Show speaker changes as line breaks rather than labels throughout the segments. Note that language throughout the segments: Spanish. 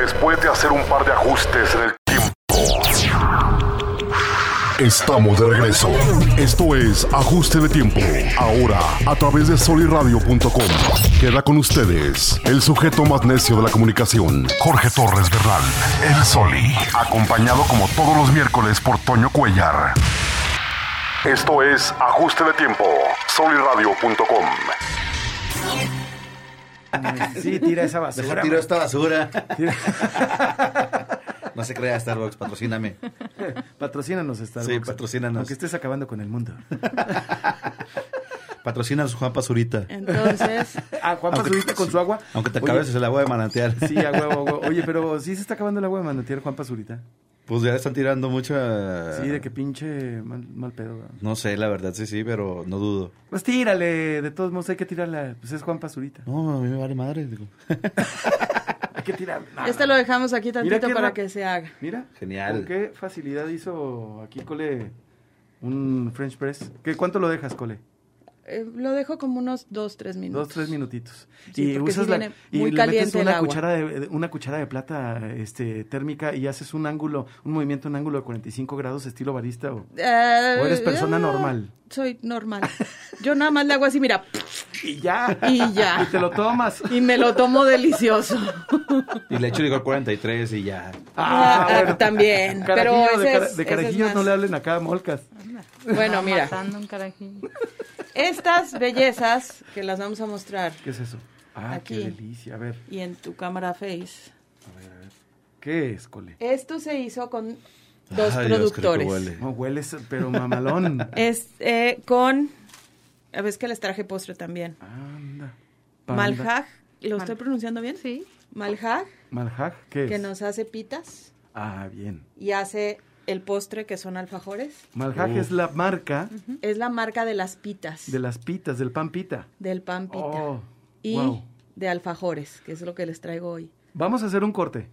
después de hacer un par de ajustes en el tiempo. Estamos de regreso. Esto es Ajuste de Tiempo. Ahora, a través de soliradio.com. Queda con ustedes el sujeto más necio de la comunicación, Jorge Torres Bernal, el Soli. Acompañado como todos los miércoles por Toño Cuellar. Esto es Ajuste de Tiempo, soliradio.com.
Sí, tira esa basura.
Deja tiro esta basura. No se crea Starbucks, patrocíname.
Patrocínanos, Starbucks.
Sí, patrocínanos.
Aunque estés acabando con el mundo.
Patrocínanos Juan Pazurita.
Entonces,
Ah, Juan
Aunque-
Pazurita con su agua.
Aunque te
Oye,
acabes el agua de manantial.
Sí, a huevo, a huevo. Oye, pero sí se está acabando el agua de manantial, Juan Pazurita.
Pues ya le están tirando mucha...
Sí, de que pinche mal, mal pedo. güey.
No sé, la verdad sí, sí, pero no dudo.
Pues tírale, de todos modos hay que tirarla. Pues es Juan Pazurita.
No, a mí me vale madre. digo.
Hay que tirarla. Ah, No,
este lo dejamos aquí
Mira
tantito
qué
para
ra-
que se haga.
Mira,
Genial.
¿Con qué facilidad hizo aquí Cole un French press? ¿Qué, ¿Cuánto lo dejas, Cole?
Eh, lo dejo como unos dos, tres
Dos,
minutos.
tres minutitos.
Sí, porque sí viene
y
muy
le metes
caliente el
una
agua.
cuchara de, de- una cuchara de plata este, térmica y haces un ángulo, un movimiento en ángulo de 45 grados estilo barista o,
Eh,
o eres persona
eh,
normal.
Soy normal. Yo nada más le hago así, mira,
Y ya.
Y ya.
Y te lo tomas.
y me lo tomo delicioso.
Y le echo licor 43 y ya.
Ah, también, pero
Carajillo, de,
ese
cara-
es-
de
ese es
carajillos no
más.
le hablen acá a molcas.
Bueno,
Estaba
mira,
Matando un carajillo.
estas bellezas que las vamos a mostrar
¿Qué es eso? Ah, qué
Aquí.
delicia. A ver,
y en tu cámara face.
¿qué es, Cole?
Esto se hizo con dos
Ay, Dios, qué rico
productores.
huele.
No hueles, pero mamalón.
Es eh, con. A ver, es que les traje postre también.
Anda. Panda.
Malhaj. ¿Lo estoy pronunciando bien?
Sí.
Malhaj,
Malhaj, ¿qué es?
que nos hace pitas
Ah, bien.
y hace el postre que son alfajores.
Malhaj es la marca
Es la marca de las pitas,
de las pitas, del pan pita.
del pan pita.
Oh,
y
wow.
de alfajores, que es lo que les traigo hoy.
Vamos a hacer un corte.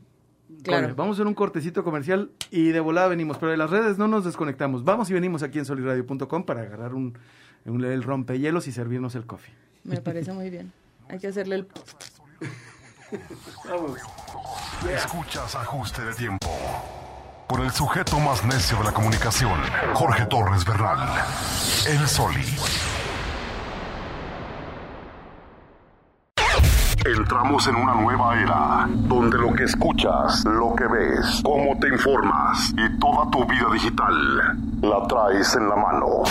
Claro.
Cole, vamos a hacer un cortecito comercial y de volada venimos, pero de las redes no nos desconectamos. Vamos y venimos aquí en soliradio.com para agarrar un, un- el rompehielos y servirnos el coffee.
Me parece muy bien. Hay que hacerle el...
Escuchas Ajuste de Tiempo. Por el sujeto más necio de la comunicación, Jorge Torres Bernal, el Soli. Entramos en una nueva era, donde lo que escuchas, lo que ves, cómo te informas y toda tu vida digital la traes en la mano.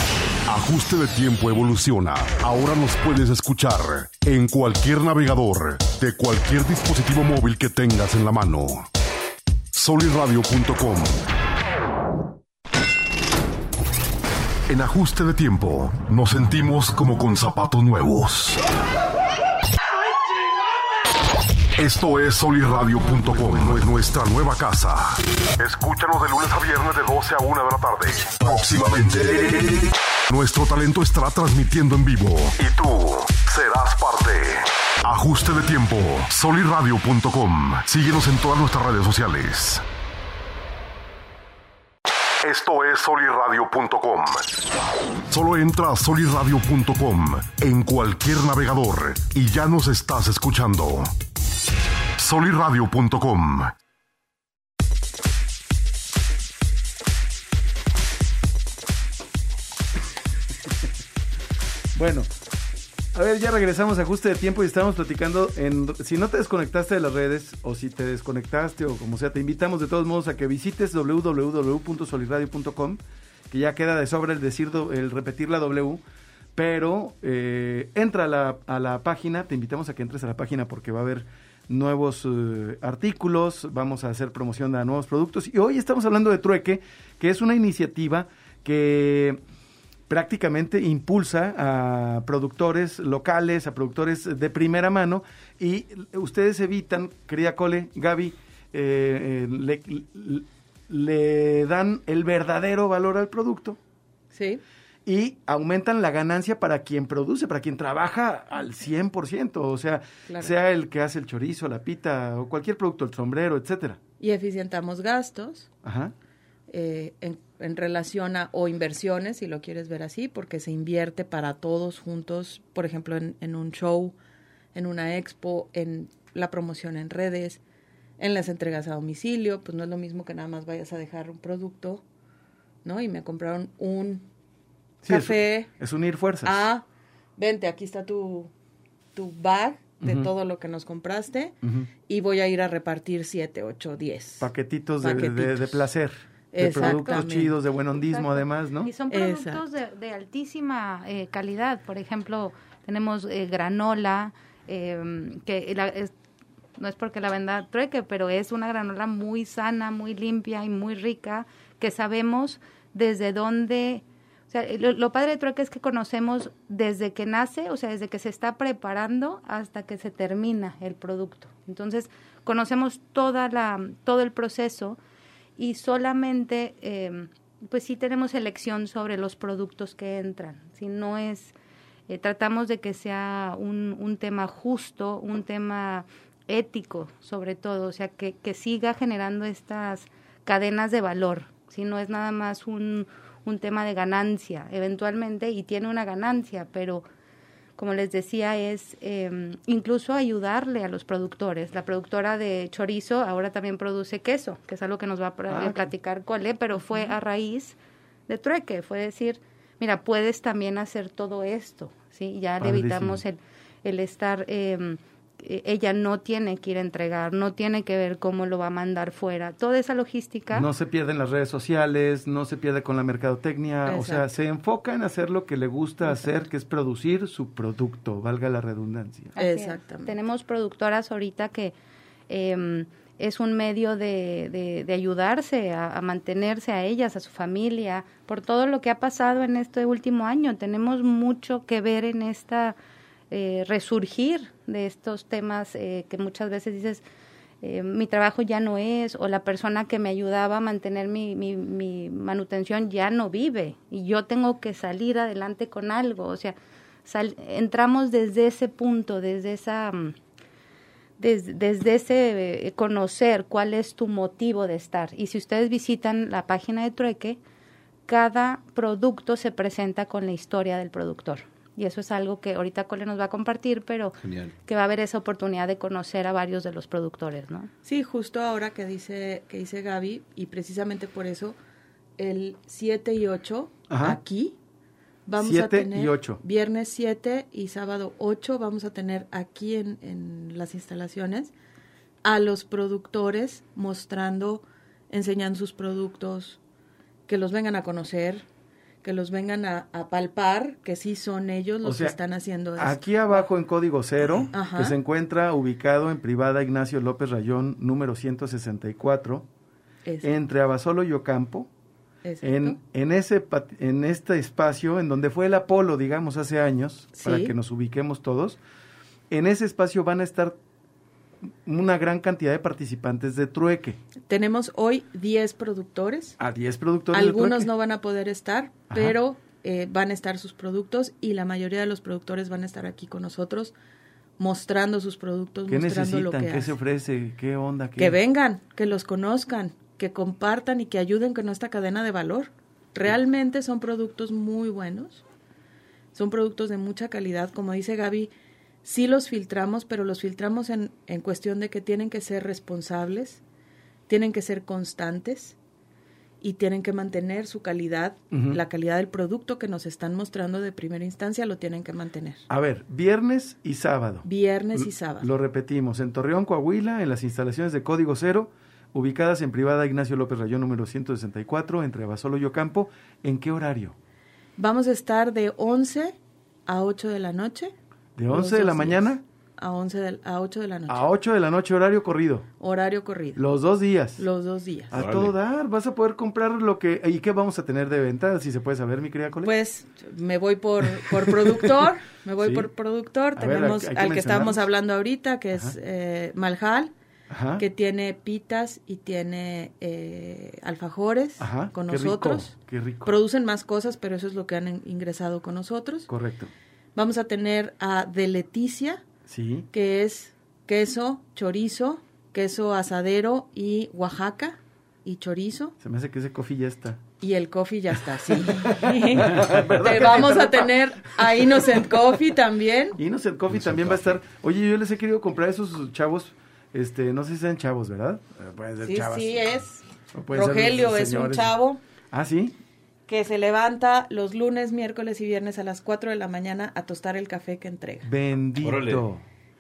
Ajuste de tiempo evoluciona. Ahora nos puedes escuchar en cualquier navegador, de cualquier dispositivo móvil que tengas en la mano. Soliradio.com En ajuste de tiempo, nos sentimos como con zapatos nuevos. Esto es soliradio.com, nue- nuestra nueva casa. Escúchanos de lunes a viernes de 12 a 1 de la tarde. Próximamente. Nuestro talento estará transmitiendo en vivo. Y tú serás parte. Ajuste de tiempo. Soliradio.com. Síguenos en todas nuestras redes sociales. Esto es soliradio.com. Solo entra a soliradio.com en cualquier navegador y ya nos estás escuchando. soliradio.com.
Bueno, a ver, ya regresamos a ajuste de tiempo y estamos platicando en... Si no te desconectaste de las redes o si te desconectaste o como sea, te invitamos de todos modos a que visites www.soliradio.com, que ya queda de sobra el decir, do- el repetir la W, pero eh, entra a la, a la página, te invitamos a que entres a la página porque va a haber nuevos eh, artículos, vamos a hacer promoción de nuevos productos y hoy estamos hablando de Trueque, que es una iniciativa que prácticamente impulsa a productores locales, a productores de primera mano, y ustedes evitan, querida Cole, Gaby, eh, eh, le, le- le dan el verdadero valor al producto
Sí,
y aumentan la ganancia para quien produce, para quien trabaja al 100%, o sea,
Claro.
sea el que hace el chorizo, la pita, o cualquier producto, el sombrero, etcétera.
y eficientamos gastos
Ajá.
eh, en, en relación a, o inversiones, si lo quieres ver así, porque se invierte para todos juntos, por ejemplo, en, en un show, en una expo, en la promoción en redes, en las entregas a domicilio, pues no es lo mismo que nada más vayas a dejar un producto, ¿no? Y me compraron un
Sí, es-
café.
Es, unir fuerzas.
Ah, vente, aquí está tu, tu bag de todo lo que nos compraste
Ujú.
y voy a ir a repartir 7, 8, 10.
Paquetitos, de- de- De,
Paquetitos.
de placer. De productos
Exactamente.
chidos, de buen hondismo,
Exacto.
además, ¿no?
Y son productos de, de altísima eh, calidad. Por ejemplo, tenemos eh, granola, eh, que la- es- no es porque la venda trueque, pero es una granola muy sana, muy limpia y muy rica, que sabemos desde dónde... O sea, lo, lo padre de trueque es que conocemos desde que nace, o sea, desde que se está preparando hasta que se termina el producto. Entonces, conocemos toda la, todo el proceso y solamente eh, pues sí tenemos elección sobre los productos que entran si no es eh, tratamos de que sea un, un tema justo un tema ético sobre todo o sea que, que siga generando estas cadenas de valor si no es nada más un, un tema de ganancia eventualmente y tiene una ganancia pero como les decía, es eh, incluso ayudarle a los productores. La productora de chorizo ahora también produce queso, que es algo que nos va a pra-
Ah,
eh, platicar Cole, pero fue a raíz de trueque, fue decir, mira, puedes también hacer todo esto, ¿sí? Ya le
Padrísimo.
evitamos el, el estar, eh, eh, ella no tiene que ir a entregar, no tiene que ver cómo lo va a mandar fuera, toda esa logística.
No se pierden las redes sociales, no se pierde con la mercadotecnia, o sea,
Exacto.
se enfoca en hacer lo que le gusta hacer, que es producir su producto, valga la redundancia.
Así es.
Exactamente.
Tenemos productoras ahorita que eh, es un medio de, de- de ayudarse a, a mantenerse a ellas, a su familia, por todo lo que ha pasado en este último año. Tenemos mucho que ver en esta eh, resurgir de estos temas eh, que muchas veces dices, eh, mi trabajo ya no es, o la persona que me ayudaba a mantener mi, mi- mi manutención ya no vive, y yo tengo que salir adelante con algo. O sea, sal- entramos desde ese punto, desde esa... mm, des- desde ese eh, conocer cuál es tu motivo de estar. Y si ustedes visitan la página de Trueque, cada producto se presenta con la historia del productor. Y eso es algo que ahorita Cole nos va a compartir, pero
Genial.
que va a haber esa oportunidad de conocer a varios de los productores, ¿no?
Sí, justo ahora que dice, que dice Gaby, y precisamente por eso el 7 y 8
Ajá.
aquí vamos a
7 y
tener.
ocho.
Viernes 7 y sábado 8 vamos a tener aquí en, en las instalaciones a los productores mostrando, enseñando sus productos, que los vengan a conocer, que los vengan a, a palpar, que sí son ellos
O
los
sea,
que están haciendo esto.
Aquí abajo en código cero,
Ajá.
que se encuentra ubicado en privada Ignacio López Rayón, número 164,
Es-
entre Abasolo y Ocampo,
exacto.
en, en, ese, pat- en este espacio, en donde fue el Apolo, digamos, hace años, para
Sí.
que nos ubiquemos todos, en ese espacio van a estar una gran cantidad de participantes de trueque,
Tenemos hoy 10 productores.
a 10 productores de
Algunos
trueque.
no van a poder estar, pero eh, van a estar sus productos y la mayoría de los productores van a estar aquí con nosotros mostrando sus productos,
¿Qué
mostrando
necesitan?
lo que
¿Qué se
hacen.
ofrece? ¿Qué onda? ¿Qué?
Que vengan, que los conozcan, que compartan y que ayuden con esta cadena de valor. Realmente son productos muy buenos, son productos de mucha calidad. Como dice Gaby, sí los filtramos, pero los filtramos en, en cuestión de que tienen que ser responsables, tienen que ser constantes y tienen que mantener su calidad,
Ujú.
la calidad del producto que nos están mostrando de primera instancia, lo tienen que mantener.
A ver, viernes y sábado.
Viernes y sábado.
Lo repetimos, en Torreón, Coahuila, en las instalaciones de Código Cero, ubicadas en privada Ignacio López Rayón número 164, entre Abasolo y Ocampo. ¿En qué horario?
Vamos a estar de 11 a 8 de la noche.
¿De
Los
11 de
dos
la
días.
mañana Ah,
A, 11 de- a 8 de la noche.
a 8 de la noche, horario corrido?
Horario corrido.
Los dos días.
los dos días.
A
Órale.
todo dar, vas a poder comprar lo que... ¿Y qué vamos a tener de venta? Si se puede saber, mi querida Cole.
Pues me voy por, por productor, me voy
Sí.
por productor.
A ver,
Tenemos
hay- hay que
al que estábamos
mencionarlos.
hablando ahorita, que es
Ajá.
eh, Maljal,
Ajá.
que tiene pitas y tiene eh, alfajores
Ajá.
con
qué
nosotros.
Rico, qué rico.
Producen más cosas, pero eso es lo que han en- ingresado con nosotros.
Correcto.
Vamos a tener a De Leticia,
Sí.
que es queso, chorizo, queso asadero y Oaxaca y chorizo.
Se me hace que ese coffee ya está.
Y el coffee ya está, sí. Te vamos a tener a Innocent Coffee también.
Innocent Coffee también va a estar. Oye, yo les he querido comprar a esos chavos Este, no sé si sean chavos, ¿verdad? Eh, Pueden ser
Sí,
chavas.
sí es.
O pueden ser
Rogelio
los
es un
señores.
chavo
Ah, sí.
que se levanta los lunes, miércoles y viernes a las 4 de la mañana a tostar el café que entrega.
Bendito.
Órale.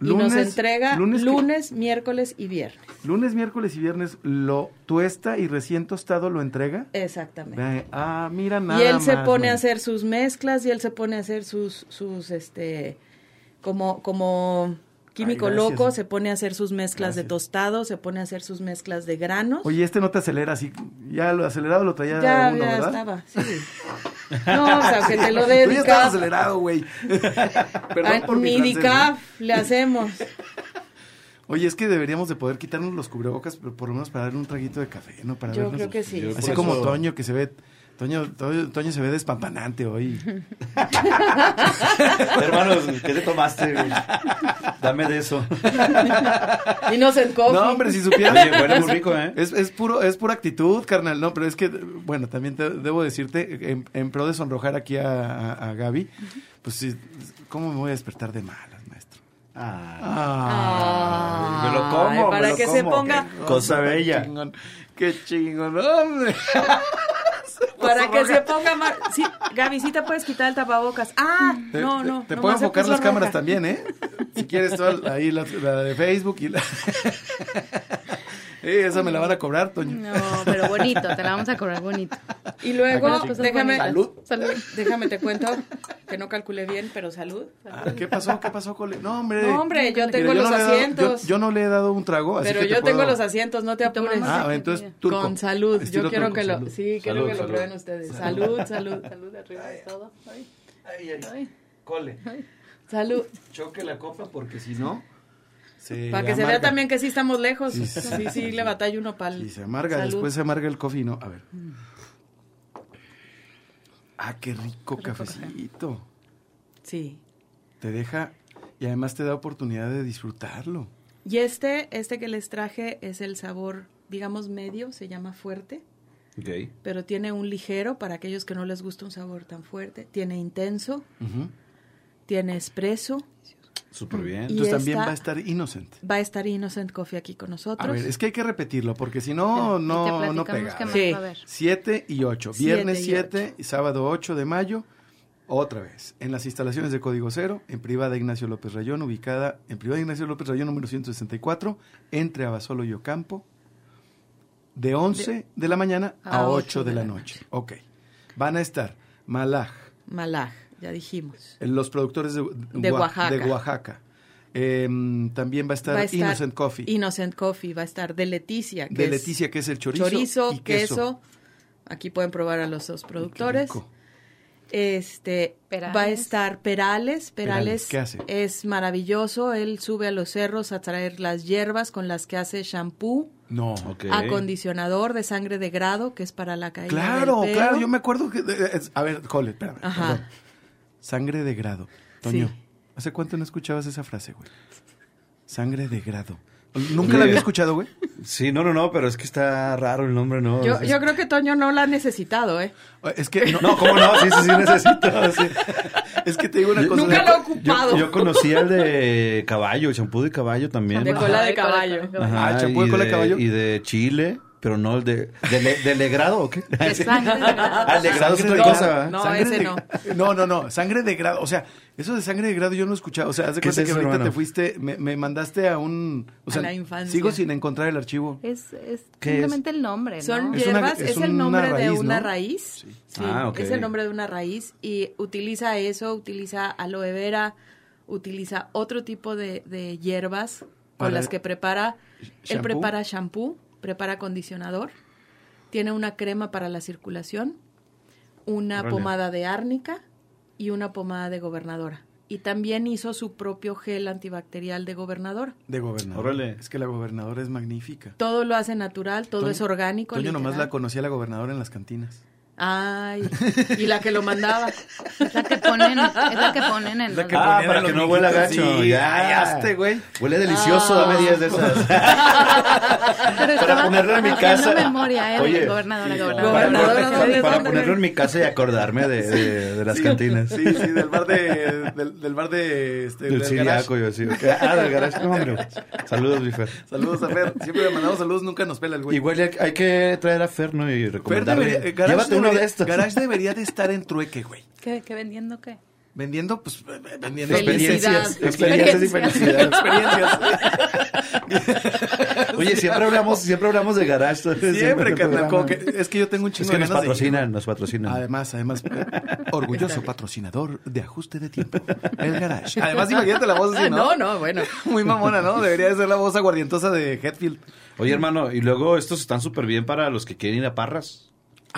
y nos entrega lunes,
lunes,
miércoles y viernes.
lunes, miércoles y viernes lo tuesta y recién tostado lo entrega.
Exactamente.
Ve- Ah, mira nada
y él se
más,
pone a
man.
hacer sus mezclas y él se pone a hacer sus sus este como como químico
gracias.
loco se pone a hacer sus mezclas de
Gracias.
tostado se pone a hacer sus mezclas de granos
Oye, este no te acelera así. Ya lo acelerado lo traía
ya, ya
uno, ¿verdad?
estaba sí. no o sea que te lo
Tú ya estabas
dedicas
acelerado, güey. Perdón por mi
ah, ni
francés, ¿no?
dicaf le hacemos
Oye, es que deberíamos de poder quitarnos los cubrebocas, pero por lo menos para darle un traguito de café, ¿no? Para
yo
vernos-
creo que sí
yo-
Así
Por
como
eso-
Toño que se ve, Toño, Toño, Toño se ve despampanante hoy.
Hermanos, ¿qué te tomaste? güey? Dame de eso.
Innocent Coffee
No, hombre, si supieran.
Oye, bueno, muy rico, ¿eh?
Es, es puro, es pura actitud, carnal. No, pero es que, bueno, también te- debo decirte, en, en pro de sonrojar aquí a, a- a Gaby, pues sí, ¿cómo me voy a despertar de malas, maestro?
Ah,
Ah,
Ay,
me lo como.
para
me lo
que se
como.
ponga
Cosa
Qué
bella.
chingón, qué chingón, hombre.
para que se ponga más sí, Gaby, sí te puedes quitar el tapabocas ah
Te-
no
te-
no
Te,
nomás
puedo
se
enfocar
puso
las
roja.
cámaras también, ¿eh? Si quieres, tú al- ahí la, la de Facebook y la. Eh, esa me la van a cobrar, Toño.
No, pero bonito, te la vamos a cobrar bonito.
Y luego,
Algunas cosas
déjame,
bonitas.
Salud.
Salud.
déjame te cuento que no calculé bien, pero salud.
Ah, ¿Qué pasó? ¿Qué pasó, cole? No, hombre.
No, hombre, yo
Mira,
tengo
yo
los
no le he dado-
asientos.
yo, yo no le he dado un trago, así
pero
que te
yo tengo
puedo-
los asientos, no te apures.
tomamos
Ah, entonces turco.
Con salud,
Estilo
yo quiero
turco,
que lo,
salud.
sí, quiero
Salud,
que lo
salud.
prueben ustedes. Salud, salud, salud de arriba de todo. Ay,
Cole,
Salud,
choque la copa porque si no.
Sí,
para que se
amarga.
vea también que sí estamos lejos.
Sí,
Sí,
sí,
sí,
sí,
le batalla uno pal.
Y se amarga,
Salud.
después se amarga el coffee, ¿no? A ver. Ah, qué rico cafecito.
Sí.
Te deja y además te da oportunidad de disfrutarlo.
Y este, este que les traje es el sabor, digamos, medio, se llama fuerte.
Ok.
Pero tiene un ligero para aquellos que no les gusta un sabor tan fuerte. Tiene intenso,
Ujú.
tiene espresso.
Súper bien.
Y
Entonces también
esta-
va a estar inocente.
Va a estar Innocent Coffee aquí
A
con nosotros.
ver, es que hay que repetirlo porque si no,
Y te
no, no
platicamos
pega. ¿eh?
qué más
Sí.
va a haber.
7 y 8.
Siete
Viernes
y
7 y, sábado 8 de mayo, otra vez, en las instalaciones de Código Cero, en privada Ignacio López Rayón, ubicada en privada Ignacio López Rayón número 164, entre Abasolo y Ocampo, de 11 de, la mañana a,
a
8,
ocho
de,
de
la,
la
noche. Ok. Van a estar Malaj,
Malaj, ya dijimos.
eh, los productores de,
De
Oa-
Oaxaca.
de Oaxaca. Em, también va a estar,
va a estar
Innocent Coffee,
Innocent Coffee, va a estar de Leticia. que
de
es
Leticia, que es el chorizo,
chorizo,
y
queso.
queso.
Aquí pueden probar a los dos
Qué
productores.
rico.
Este
Perales.
va a estar Perales.
Perales,
Perales,
¿qué hace?
es maravilloso. Él sube a los cerros a traer las hierbas con las que hace shampoo,
No,
Ok.
acondicionador de sangre de grado, que es para la caída.
Claro,
del pelo.
claro, yo me acuerdo que... eh, es- a ver, Jole, espérame.
Ajá.
perdón. Sangre de grado. Toño,
Sí.
¿hace cuánto no escuchabas esa frase, güey? Sangre de grado. ¿Nunca la había
Mira.
escuchado, güey?
Sí, no, no, no, pero es que está raro el nombre, ¿no?
Yo,
Es-
yo creo que Toño no la ha necesitado, ¿eh?
Es que... No,
No, ¿cómo no? Sí, sí, sí, necesito. sí.
es que te digo una cosa...
Nunca lo he ocupado.
Yo, yo conocía el de caballo, champú de caballo también.
De cola de caballo.
Ajá,
Ah, champú de
y
cola de caballo.
Y de Chile, pero no el de. ¿De, le- de legrado o qué?
De sangre de grado.
Ah, el de grado es
Sangre
otra
de
cosa,
grado.
¿verdad?
No,
Sangre
ese
de-
no.
No, no, no. Sangre de grado. O sea, eso de sangre de grado yo no he escuchado. O sea, haz de
¿Qué es
cuenta que
eso,
ahorita
hermano?
te fuiste, me, me mandaste a un... O
A
sea,
la infancia.
sigo sin encontrar el archivo.
Es, es
¿Qué es?
simplemente el nombre, ¿no?
Son
Es una-
hierbas,
es
es, el
una
nombre de
raíz,
una
¿no?
raíz.
Sí.
Sí,
Ah, ok.
Es el nombre de una raíz y utiliza eso, utiliza aloe vera, utiliza otro tipo de, de hierbas con
Para-
las que prepara.
¿Shampoo?
Él prepara shampoo, prepara acondicionador, tiene una crema para la circulación, una
Órale.
pomada de árnica y una pomada de gobernadora. Y también hizo su propio gel antibacterial de gobernadora.
De gobernadora.
Órale.
Es que la gobernadora es magnífica.
Todo lo hace natural, todo
Toño-
es orgánico.
Toño nomás
literal.
la conocía la gobernadora en las cantinas.
Ay, y la que lo mandaba.
Es la que ponen, es la que ponen en
La
los-
que
Ah,
ponían
para
los
que no huela
mijitos,
gacho.
sí.
ya,
Ay,
ya.
hazte, güey.
Huele delicioso,
Ah.
dame 10 de esas.
Pero
para
estaba
ponerlo en mi
haciendo
casa.
memoria, eh,
Oye,
gobernadora,
sí,
gobernadora.
para,
Gobernadora,
para-
¿dónde,
para
dónde?
ponerlo en mi casa y acordarme de, de- de las
Sí,
cantinas.
Sí, sí, del bar de. Del, del bar de. Este,
Del
del
siriaco,
garage.
yo así. Ah, del garaje, no, hombre. Saludos, mi Fer.
Saludos a Fer. Siempre le mandamos saludos, nunca nos pela el güey.
Igual hay, hay que traer a Fer, ¿no? Y
Fer
recomendarle.
debería, eh, Garage
Llévate uno
debería-
de estos.
Garage debería de estar en trueque, güey.
¿Qué, qué vendiendo qué?
Vendiendo, pues, eh, eh, vendiendo
Felicidad.
experiencias.
Experiencias y felicidad.
Experiencias.
Oye, siempre hablamos, siempre hablamos de garage. en
Siempre, carnal.
el programa.
como que- es que yo tengo un chingo
Es que
de
nos
ganas de-
patrocinan, nos patrocinan.
Además, además, eh, orgulloso patrocinador de ajuste de tiempo, el garage. Además, imagínate la voz así,
No,
Ah, ¿no?
no, bueno.
Muy mamona, ¿no? Debería de ser la voz aguardientosa de Hetfield.
Oye, hermano, y luego estos están súper bien para los que quieren ir a Parras,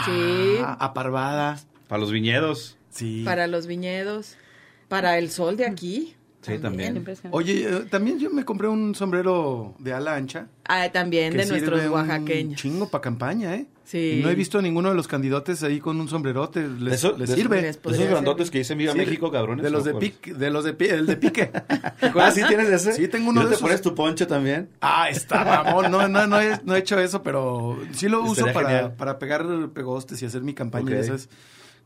Sí.
Ah, aparvada.
para los viñedos.
Sí.
Para los viñedos, para el sol de aquí.
Sí, también.
Impresionante.
Oye, eh, también yo me compré un sombrero de ala ancha.
Ah, también
que
de
sirve
nuestros
un
oaxaqueños.
Chingo para campaña, ¿eh?
Sí.
Y no he visto a ninguno de los candidatos ahí con un sombrerote. Les,
Eso-
les
de-
sirve.
les
Esos
podría
grandotes
ser.
que dicen Viva
Sí,
México, cabrones.
De los de
¿no?
pique, de los de pi- el de pique.
Ah, sí tienes ese.
Sí, tengo uno
¿Y no
de
te
esos.
pones tu ponche también?
Ah, está mamón. No, no, no he, no he hecho eso, pero sí lo uso
Estaría
para,
genial.
para pegar pegostes y hacer mi campaña.
Ok.
Ya sabes,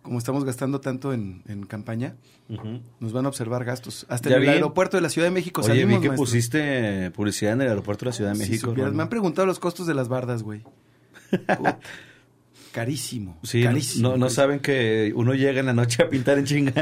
como estamos gastando tanto en, en campaña, nos van a observar gastos. Hasta
Ya
en el
vi.
aeropuerto de la Ciudad de México
Oye, vi
salimos,
que
maestro.
pusiste publicidad en el aeropuerto de la Ciudad de
Si
México.
supieras,
hermano.
me han preguntado los costos de las bardas, güey. Puta. Carísimo.
Sí,
carísimo.
no, no
carísimo.
saben que uno llega en la noche a pintar en chinga.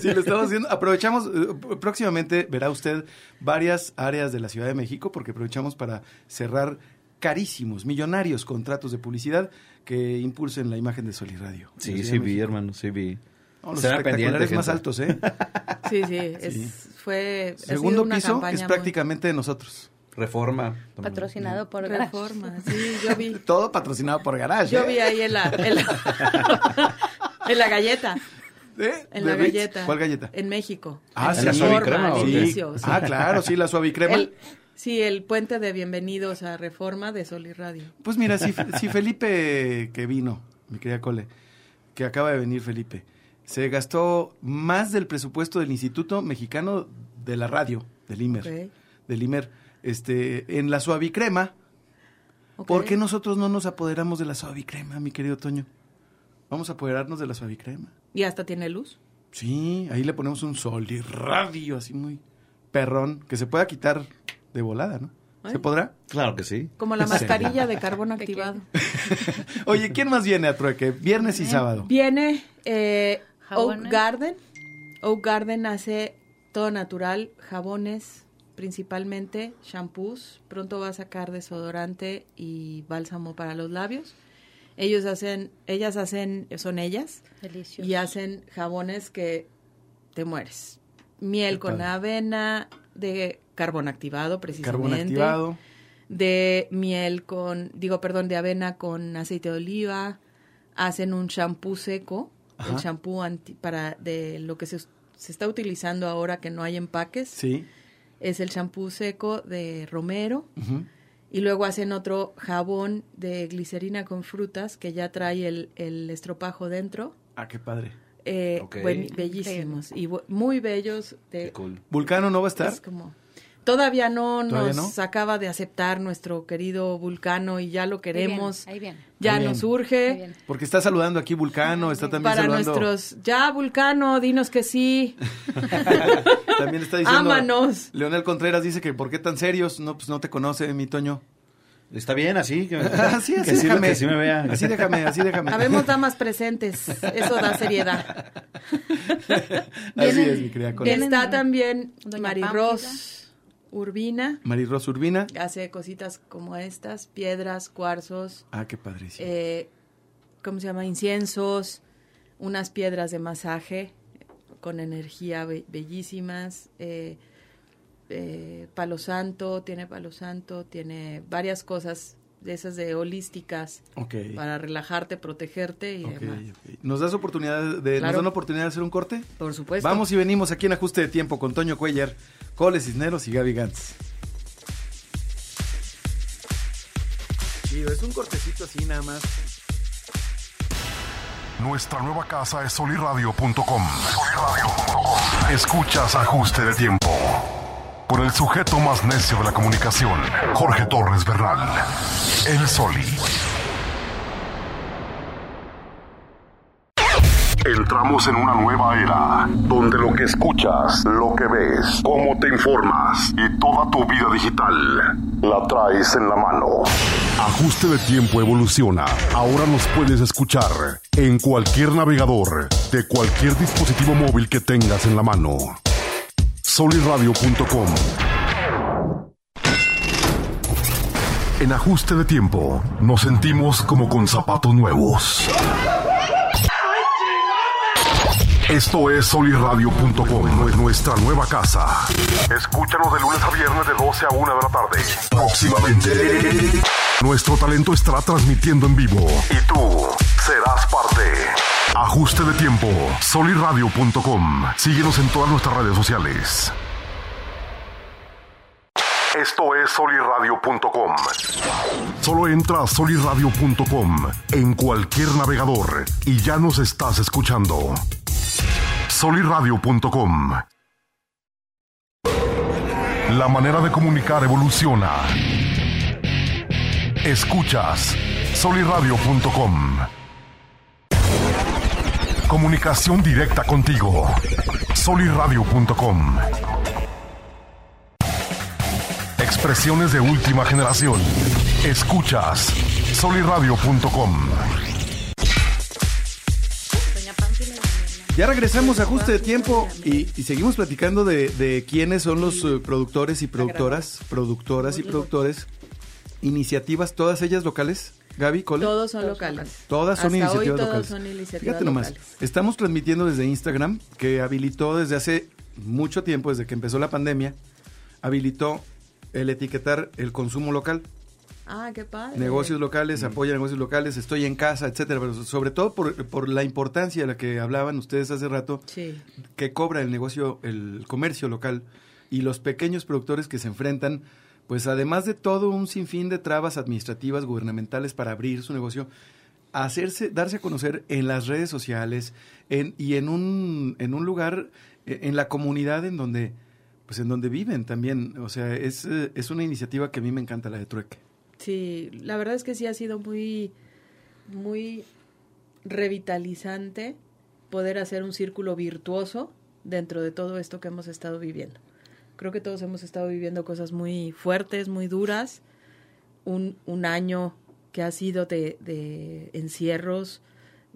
Sí, lo estamos haciendo. Aprovechamos, eh, próximamente verá usted varias áreas de la Ciudad de México porque aprovechamos para cerrar carísimos, millonarios contratos de publicidad que impulsen la imagen de Sol y Radio. La
Sí,
Ciudad
sí
de
vi,
México.
hermano, sí vi.
No, los
Será
espectaculares
pendiente,
más
gente.
altos, ¿eh?
Sí, sí, es, fue ha sido
Segundo
una
piso
campaña
es
muy-
prácticamente de nosotros.
Reforma.
Patrocinado por Reforma.
reforma. Sí, yo vi,
Todo patrocinado por Garage.
yo
¿eh?
vi ahí en la, en la, en la galleta,
¿Eh?
en
¿De
la
Ritz?
galleta.
¿Cuál galleta?
En México.
Ah,
En
sí. ¿La
suavicrema
Reforma,
o
el
qué?
inicio, sí.
Ah, claro, sí, la suavicrema.
El- sí, el puente de bienvenidos a Reforma de Sol y Radio.
Pues mira, si, si Felipe que vino, mi querida Cole, que acaba de venir Felipe, se gastó más del presupuesto del Instituto Mexicano de la Radio, del IMER,
Ok,
del IMER, este, en la suavicrema.
ok.
¿Por qué nosotros no nos apoderamos de la suavicrema, mi querido Toño? Vamos a apoderarnos de la suavicrema.
Y hasta tiene luz.
Sí, ahí le ponemos un sol y radio así muy perrón, que se pueda quitar de volada, ¿no?
Ay.
¿Se podrá?
Claro que sí.
Como la
¿En serio?
mascarilla de carbón activado.
Oye, ¿quién más viene a Trueque? Viernes y sábado.
Viene eh, Oak
Jabones.
Garden. Oak Garden hace todo natural, jabones principalmente, shampoos. Pronto va a sacar desodorante y bálsamo para los labios. Ellos hacen, ellas hacen, son ellas,
Delicioso.
y hacen jabones que te mueres. Miel
Qué
con
padre.
avena, de carbón activado precisamente.
Carbón activado.
de miel con, digo, perdón, de avena con aceite de oliva, hacen un champú seco,
Ajá.
el champú anti- para de lo que se, us- se está utilizando ahora que no hay empaques,
Sí.
es el champú seco de romero
Ujú.
y luego hacen otro jabón de glicerina con frutas que ya trae el, el estropajo dentro.
Ah, qué padre.
Eh,
Ok.
buen- bellísimos y bu- muy bellos de,
Qué cool.
¿Vulcano no va a estar?
es como- todavía no
¿Todavía
nos
no?
acaba de aceptar nuestro querido Vulcano y ya lo queremos.
Ahí bien.
Ya
Ahí viene.
nos
Ahí
urge.
bien.
Porque está saludando aquí Vulcano, está también
Para
saludando.
nuestros, ya Vulcano, dinos que sí.
También está diciendo.
Ámanos.
Leonel Contreras dice que ¿por qué tan serios? No, pues no te conoce, mi Toño.
Está bien así. Que,
Así, Ah, así
que sí,
déjame.
que sí me vean.
Así déjame, así déjame.
Habemos damas presentes. Eso da seriedad.
así es, mi querida Cole.
Vienen-
Está también
Doña
Mari
Pampila.
Ross Urbina.
Marirros Urbina.
Hace cositas como estas: piedras, cuarzos,
Ah, qué padrísimo.
eh, ¿cómo se llama? Inciensos, unas piedras de masaje con energía be- bellísimas, eh, eh, palo santo, tiene palo santo, tiene varias cosas de esas de holísticas
ok.
para relajarte, protegerte y
ok,
demás.
ok. ¿Nos das oportunidad de, nos
Claro.
dan oportunidad de hacer un corte?
Por supuesto.
Vamos y venimos aquí en Ajuste de Tiempo con Toño Cuellar, Cole Cisneros y Gaby Gantz. chido. Es un cortecito así nada más.
Nuestra nueva casa es soliradio.com. Escuchas ajuste de tiempo. Por el sujeto más necio de la comunicación, Jorge Torres Bernal. El Soli. Entramos en una nueva era, donde lo que escuchas, lo que ves, cómo te informas y toda tu vida digital la traes en la mano. Ajuste de tiempo evoluciona. Ahora nos puedes escuchar en cualquier navegador, de cualquier dispositivo móvil que tengas en la mano. Soliradio.com En ajuste de tiempo, nos sentimos como con zapatos nuevos. Esto es solirradio.com, nuestra nueva casa. Escúchanos de lunes a viernes de 12 a 1 de la tarde. Próximamente. Nuestro talento estará transmitiendo en vivo. Y tú serás parte. Ajuste de tiempo. Solirradio.com. Síguenos en todas nuestras redes sociales. Esto es solirradio.com. Solo entra a solirradio.com en cualquier navegador y ya nos estás escuchando. Solirradio.com. La manera de comunicar evoluciona. Escuchas solirradio.com. Comunicación directa contigo. Solirradio.com. Expresiones de última generación. Escuchas solirradio.com.
Ya regresamos a ajuste de tiempo y, y seguimos platicando de, de quiénes son los eh, productores y productoras, productoras y productores, iniciativas, todas ellas locales. Gaby, Cole.
Todos son locales.
Todas son
Hasta
iniciativas
hoy todos
locales.
son iniciativas
Fíjate nomás,
locales.
estamos transmitiendo desde Instagram, que habilitó desde hace mucho tiempo, desde que empezó la pandemia, habilitó el etiquetar el consumo local.
Ah, qué padre.
Negocios locales, apoya negocios locales, estoy en casa, etcétera, pero sobre todo por, por la importancia de la que hablaban ustedes hace rato,
Sí.
que cobra el negocio, el comercio local y los pequeños productores que se enfrentan, pues además de todo un sinfín de trabas administrativas, gubernamentales para abrir su negocio, hacerse, darse a conocer en las redes sociales en, y en un, en un lugar, eh, en la comunidad en donde, pues en donde viven también. O sea, es, eh, es una iniciativa que a mí me encanta, la de Trueque.
Sí, la verdad es que sí ha sido muy, muy revitalizante poder hacer un círculo virtuoso dentro de todo esto que hemos estado viviendo. Creo que todos hemos estado viviendo cosas muy fuertes, muy duras. Un, un año que ha sido de, de encierros,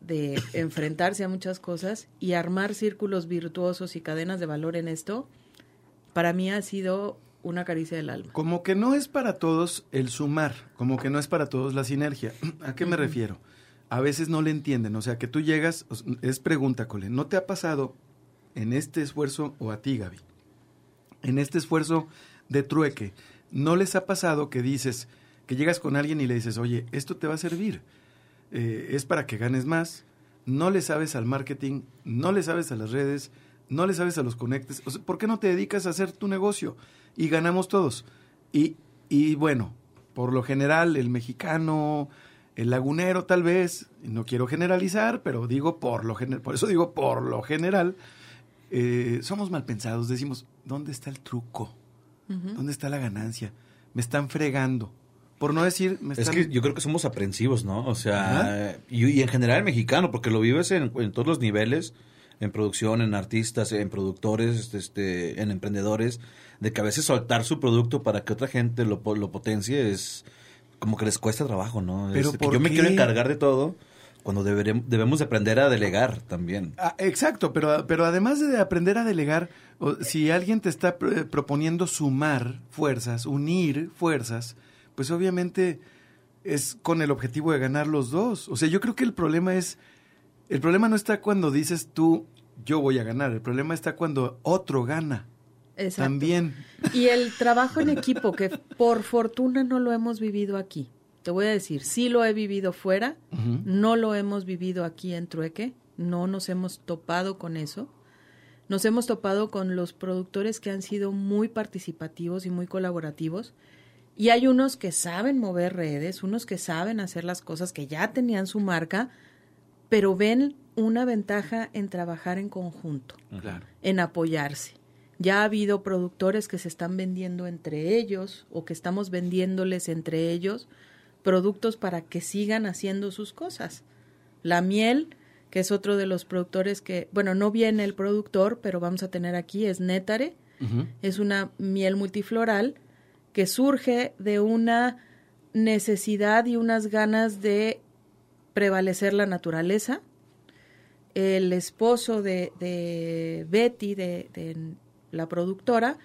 de enfrentarse a muchas cosas y armar círculos virtuosos y cadenas de valor en esto, para mí ha sido una caricia del alma.
Como que no es para todos el sumar, como que no es para todos la sinergia. ¿A qué me refiero? A veces no le entienden, o sea, que tú llegas, o sea, es pregunta, Cole, ¿no te ha pasado en este esfuerzo, o a ti, Gaby, en este esfuerzo de trueque, no les ha pasado que dices, que llegas con alguien y le dices, oye, esto te va a servir, eh, es para que ganes más, no le sabes al marketing, no le sabes a las redes, no le sabes a los conectes, o sea, ¿por qué no te dedicas a hacer tu negocio? Y ganamos todos. Y, y bueno, por lo general, el mexicano, el lagunero tal vez, no quiero generalizar, pero digo por lo general, por eso digo por lo general, eh, somos mal pensados, decimos, ¿dónde está el truco? ¿Dónde está la ganancia? Me están fregando. Por no decir, me
Es
están...
que yo creo que somos aprensivos, ¿no? O
Ajá.
sea, y, y en general el mexicano, porque lo vives en, en todos los niveles, en producción, en artistas, en productores, este, este, en emprendedores, de que a veces soltar su producto para que otra gente lo, po- lo potencie es como que les cuesta trabajo, ¿no?
Pero
Es de que
¿por
yo me
qué?
quiero encargar de todo cuando deberem- debemos de aprender a delegar también.
Ah, exacto, pero, pero además de aprender a delegar, o- si alguien te está pr- proponiendo sumar fuerzas, unir fuerzas, pues obviamente es con el objetivo de ganar los dos. O sea, yo creo que el problema es, el problema no está cuando dices tú, yo voy a ganar, el problema está cuando otro gana
Exacto.
también.
Y el trabajo en equipo, que por fortuna no lo hemos vivido aquí. Te voy a decir, sí lo he vivido fuera,
Ujú.
no lo hemos vivido aquí en Trueque, no nos hemos topado con eso. Nos hemos topado con los productores que han sido muy participativos y muy colaborativos Y hay unos que saben mover redes, unos que saben hacer las cosas, que ya tenían su marca, pero ven una ventaja en trabajar en conjunto,
Claro.
en apoyarse. Ya ha habido productores que se están vendiendo entre ellos o que estamos vendiéndoles entre ellos productos para que sigan haciendo sus cosas. La miel, que es otro de los productores que, bueno, no viene el productor, pero vamos a tener aquí, es Nétare. Es una miel multifloral que surge de una necesidad y unas ganas de prevalecer la naturaleza. El esposo de, de Betty, de, de la productora,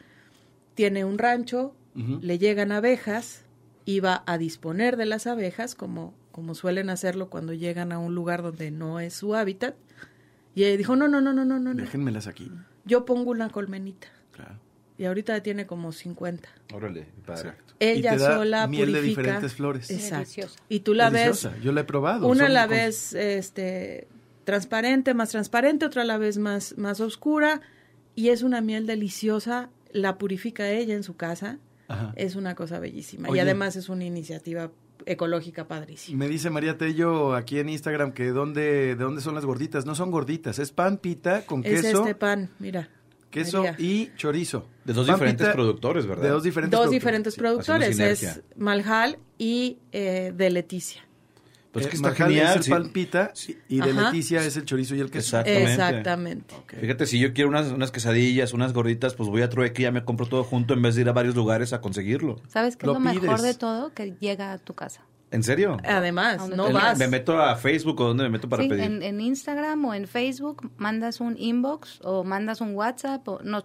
tiene un rancho, le llegan abejas y va a disponer de las abejas, como, como suelen hacerlo cuando llegan a un lugar donde no es su hábitat. Y ella dijo, no, no, no, no, no, no, no.
Déjenmelas aquí.
Yo pongo una colmenita.
Claro.
Y ahorita tiene como 50.
Órale, padre.
Exacto.
Ella
y te da
sola
miel
purifica.
de diferentes flores.
Exacto.
Deliciosa.
Y tú la
Deliciosa, Ah,
ves,
Yo la he probado.
una
son
la
con-
ves este transparente, más transparente, otra la ves más más oscura y es una miel deliciosa, la purifica ella en su casa.
Ajá.
Es una cosa bellísima
Ah.
y
Oye.
además es una iniciativa ecológica padrísima.
Me dice María Tello aquí en Instagram que dónde, de dónde son las gorditas. No son gorditas, es pan pita con
Es
Mm, queso,
este pan, mira.
queso
María.
y chorizo.
De dos
Pan
diferentes
pita
productores, ¿verdad?
De dos diferentes
Dos
productores.
diferentes
Sí.
productores,
haciendo
es
sinergia.
Malhal y eh, de Leticia.
Pues
Eh,
que está
Majal
genial.
es
sí.
el pan pita
Sí.
y de
Ajá.
Leticia es el chorizo y el queso.
Exacto. Exactamente.
Exactamente.
Ok.
Fíjate, si yo quiero unas, unas quesadillas, unas gorditas, pues voy a Trueque y ya me compro todo junto en vez de ir a varios lugares a conseguirlo.
¿Sabes qué
Lo
es lo mejor
pides.
de todo? Que llega a tu casa.
¿En serio?
Además,
¿A dónde
no
te-
El-
vas.
Me meto a Facebook o donde me meto para
Eh, Sí,
pedir.
en, en Instagram o en Facebook mandas un inbox o mandas un WhatsApp o no.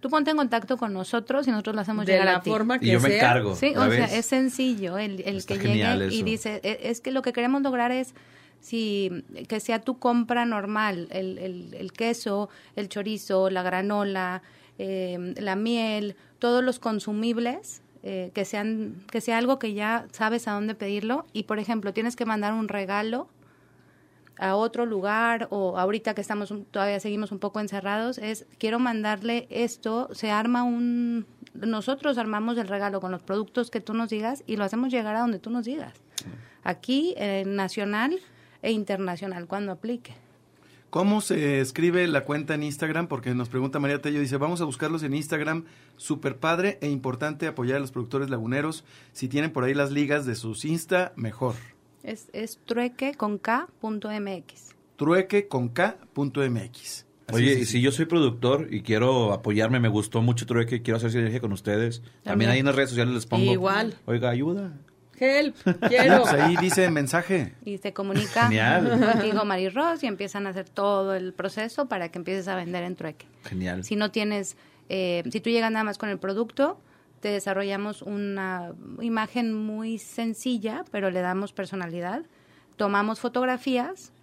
Tú ponte en contacto con nosotros y nosotros lo hacemos
de
llegar
la
a ti.
forma que
Y yo me
sea.
encargo.
Sí,
¿la
o sea,
ves?
es sencillo el, el
Está
que
genial
llegue y
eso.
dice, "E- es que lo que queremos lograr es si que sea tu compra normal, el, el- el queso, el chorizo, la granola, eh, la miel, todos los consumibles, eh, que, sean, que sea algo que ya sabes a dónde pedirlo y, por ejemplo, tienes que mandar un regalo a otro lugar o ahorita que estamos un- todavía seguimos un poco encerrados es quiero mandarle esto se arma un nosotros armamos el regalo con los productos que tú nos digas y lo hacemos llegar a donde tú nos digas aquí eh, nacional e internacional cuando aplique
¿Cómo se escribe la cuenta en Instagram? Porque nos pregunta María Tello, dice, vamos a buscarlos en Instagram, super padre e importante apoyar a los productores laguneros. Si tienen por ahí las ligas de sus Insta, mejor.
es, es trueque con k punto mx
Trueque con K.mx. Así
Oye,
es,
y
así.
si yo soy productor y quiero apoyarme, me gustó mucho Trueque, quiero hacer sinergia con ustedes. También,
También.
ahí en las redes sociales les pongo.
Igual.
Oiga, ayuda.
Help,
Ah,
quiero.
pues ahí dice mensaje.
y se comunica
Genial.
contigo Mari Ross y empiezan a hacer todo el proceso para que empieces a vender en trueque
Genial.
Si no tienes, eh, si tú llegas nada más con el producto, te desarrollamos una imagen muy sencilla, pero le damos personalidad. Tomamos fotografías,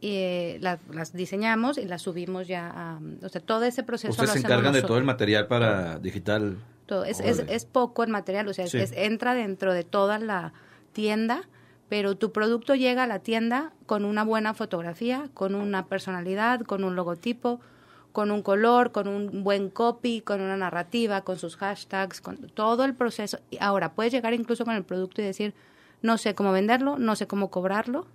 eh, las, las diseñamos y las subimos ya. A, o sea, todo ese proceso.
Ustedes
lo
se
hacemos
encargan de todo el
nosotros.
material para digital.
Todo. Es, es-
Órale.
es poco el material, o sea, es-
Sí.
es- entra dentro de toda la tienda, pero tu producto llega a la tienda con una buena fotografía, con una personalidad, con un logotipo, con un color, con un buen copy, con una narrativa, con sus hashtags, con todo el proceso. Y ahora, puedes llegar incluso con el producto y decir, no sé cómo venderlo, no sé cómo cobrarlo,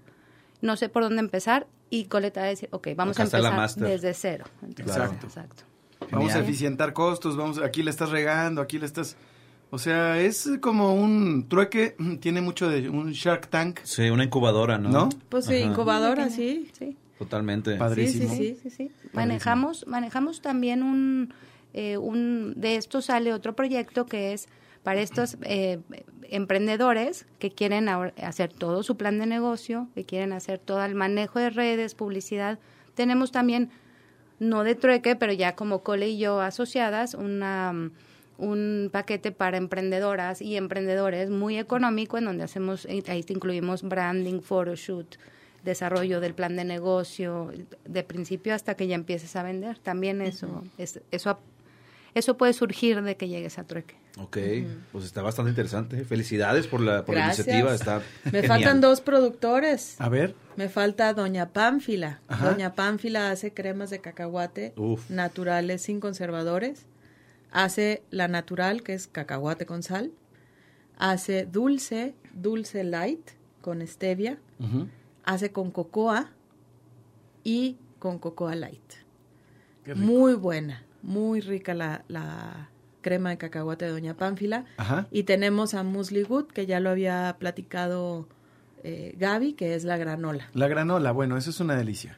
no sé por dónde empezar, y Coleta va a decir, ok, vamos
Acá
a
está la
empezar
máster.
desde cero. Entonces,
Exacto.
exacto.
Vamos a
Genial.
eficientar costos, vamos, aquí le estás regando, aquí le estás... O sea, es como un trueque, mm, tiene mucho de un Shark Tank.
Sí, una incubadora, ¿no?
¿No?
Pues sí,
Ajá,
incubadora, sí.
Sí.
Totalmente.
Padrísimo.
Sí, sí,
sí, sí, sí. Manejamos, manejamos también un, eh, un, de esto sale otro proyecto que es para estos eh, emprendedores que quieren ahora hacer todo su plan de negocio, que quieren hacer todo el manejo de redes, publicidad. Tenemos también, no de trueque, pero ya como Cole y yo asociadas, una, mm, un paquete para emprendedoras y emprendedores muy económico en donde hacemos, eh, ahí te incluimos branding, photoshoot, desarrollo del plan de negocio, de principio hasta que ya empieces a vender. También eso, es, eso, ap- eso puede surgir de que llegues a trueque.
Ok, pues está bastante interesante. Felicidades por la, por la
Gracias.
iniciativa. Está
Me
genial.
faltan dos productores.
A ver,
Me falta Doña Pánfila.
Ajá.
Doña Pánfila hace cremas de cacahuate
Uf.
naturales sin conservadores. Hace la natural, que es cacahuate con sal. hace dulce, dulce light con stevia,
Ujú.
hace con cocoa y con cocoa light.
Qué rico.
Muy buena, muy rica la, la crema de cacahuate de Doña Pánfila.
Ajá.
Y tenemos a Muesli Good, que ya lo había platicado eh, Gaby, que es la granola.
La granola, bueno, eso es una delicia.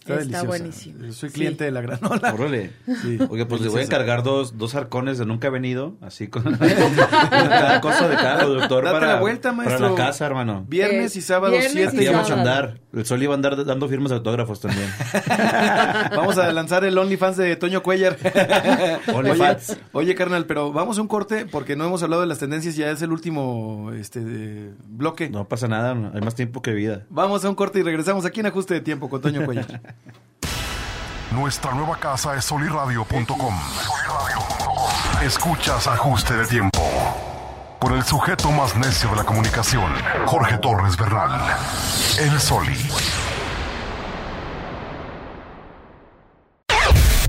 Está,
Está
deliciosa.
buenísima,
Soy
sí.
cliente de la granola.
Órale.
Sí,
Oiga, pues le voy a
deliciosa.
encargar dos, dos arcones de nunca venido, así con cada cosa de cada productor
Date
para,
la vuelta,
para
maestro.
la casa, hermano.
Viernes y sábado
Viernes y
7
Aquí
de
ya vamos a
sábado.
andar. El sol iba a andar dando firmas de autógrafos también.
Vamos a lanzar el OnlyFans de Toño Cuellar. oye,
OnlyFans.
oye, carnal, pero vamos a un corte porque no hemos hablado de las tendencias, ya es el último este de- bloque.
No pasa nada, hay más tiempo que vida.
Vamos a un corte y regresamos aquí en Ajuste de Tiempo con Toño Cuellar.
Nuestra nueva casa es soliradio.com. Escuchas ajuste de tiempo. Por el sujeto más necio de la comunicación, Jorge Torres Bernal. El Soli.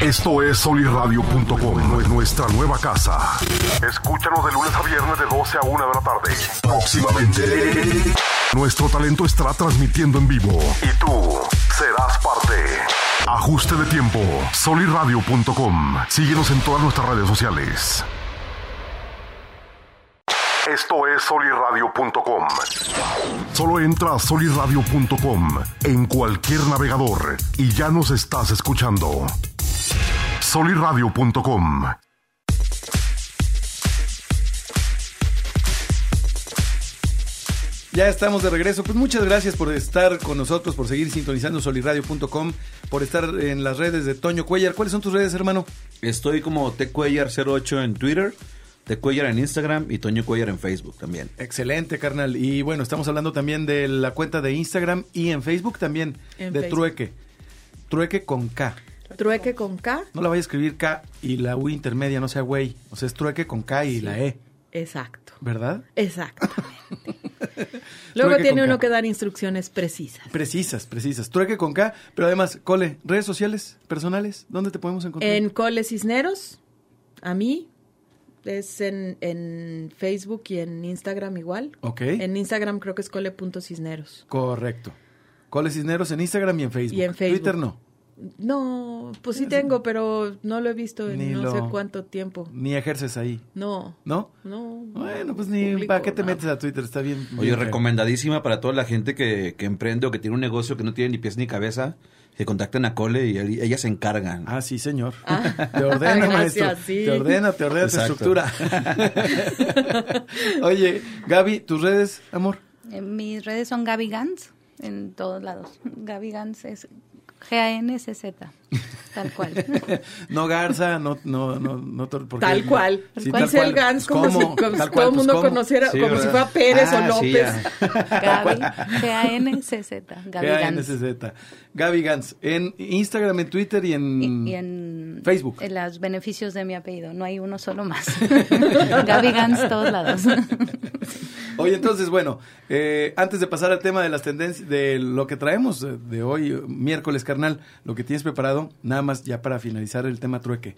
Esto es soliradio.com, nuestra nueva casa. Escúchanos de lunes a viernes de 12 a 1 de la tarde. Próximamente. Nuestro talento estará transmitiendo en vivo. Y tú serás parte. Ajuste de tiempo. Soliradio.com. Síguenos en todas nuestras redes sociales. Esto es soliradio.com. Solo entra a soliradio.com en cualquier navegador y ya nos estás escuchando. Soliradio.com.
ya estamos de regreso. Pues muchas gracias por estar con nosotros, por seguir sintonizando soliradio.com, por estar en las redes de Toño Cuellar. ¿Cuáles son tus redes, hermano?
Estoy como TCuellar08 en Twitter, TCuellar en Instagram y Toño Cuellar en Facebook también.
Excelente, carnal. Y bueno, estamos hablando también de la cuenta de Instagram y en Facebook también,
En
de
Facebook.
Trueque. Trueque con K.
Trueque con K.
No la vaya a escribir K y la U intermedia, no sea güey. O sea, es trueque con K y la E,
Exacto.
¿verdad?
Exactamente. Luego
Trueque
tiene
con
uno
K.
que dar instrucciones precisas.
Precisas, precisas. Trueque con K, pero además, Cole, redes sociales, personales, ¿dónde te podemos encontrar?
En Cole Cisneros, a mí, es en, en Facebook y en Instagram igual.
Ok.
En Instagram creo que es cole.cisneros.
Correcto. Cole Cisneros en Instagram y en Facebook.
Y en Facebook.
Twitter no,
No, pues sí tengo, pero no lo he visto en
Ni
no
lo-
sé cuánto tiempo.
ni ejerces ahí,
No,
¿no?
no.
Bueno, pues ni
publico
para qué te
nada.
metes a Twitter, está bien.
Oye,
bien feo.
recomendadísima para toda la gente que, que emprende o que tiene un negocio que no tiene ni pies ni cabeza, que contacten a Cole y él- ellas se encargan.
Ah, sí, señor.
Ah.
Te ordena,
Gracias,
maestro.
sí.
Te ordena, te ordena, te
Exacto.
estructura. Oye, Gaby, tus redes, amor.
Eh, mis redes son Gaby Gans en todos lados. Gaby Gans es G-A-N-C-Z, tal cual.
No Garza, no, no, no, no tor- porque-
Tal cual.
Sí,
¿Cuál
tal
sea el
cual.
Gans? Como
¿Cómo?
si como
Tal
si
cual,
todo el
pues,
mundo
¿cómo?
conociera,
Sí,
como
¿verdad?
si fuera Pérez
Ah,
o
sí,
López.
ya.
Gaby, G-A-N-C-Z, Gaby Gans.
GANZZ. Gaby Gans. En Instagram, en Twitter y en,
Y, y en
Facebook.
En los beneficios de mi apellido, no hay uno solo más. Gaby Gans, todos lados.
Oye, entonces, bueno, eh, antes de pasar al tema de las tendencias, de lo que traemos eh, de hoy, eh, miércoles, carnal, lo que tienes preparado, nada más ya para finalizar el tema trueque.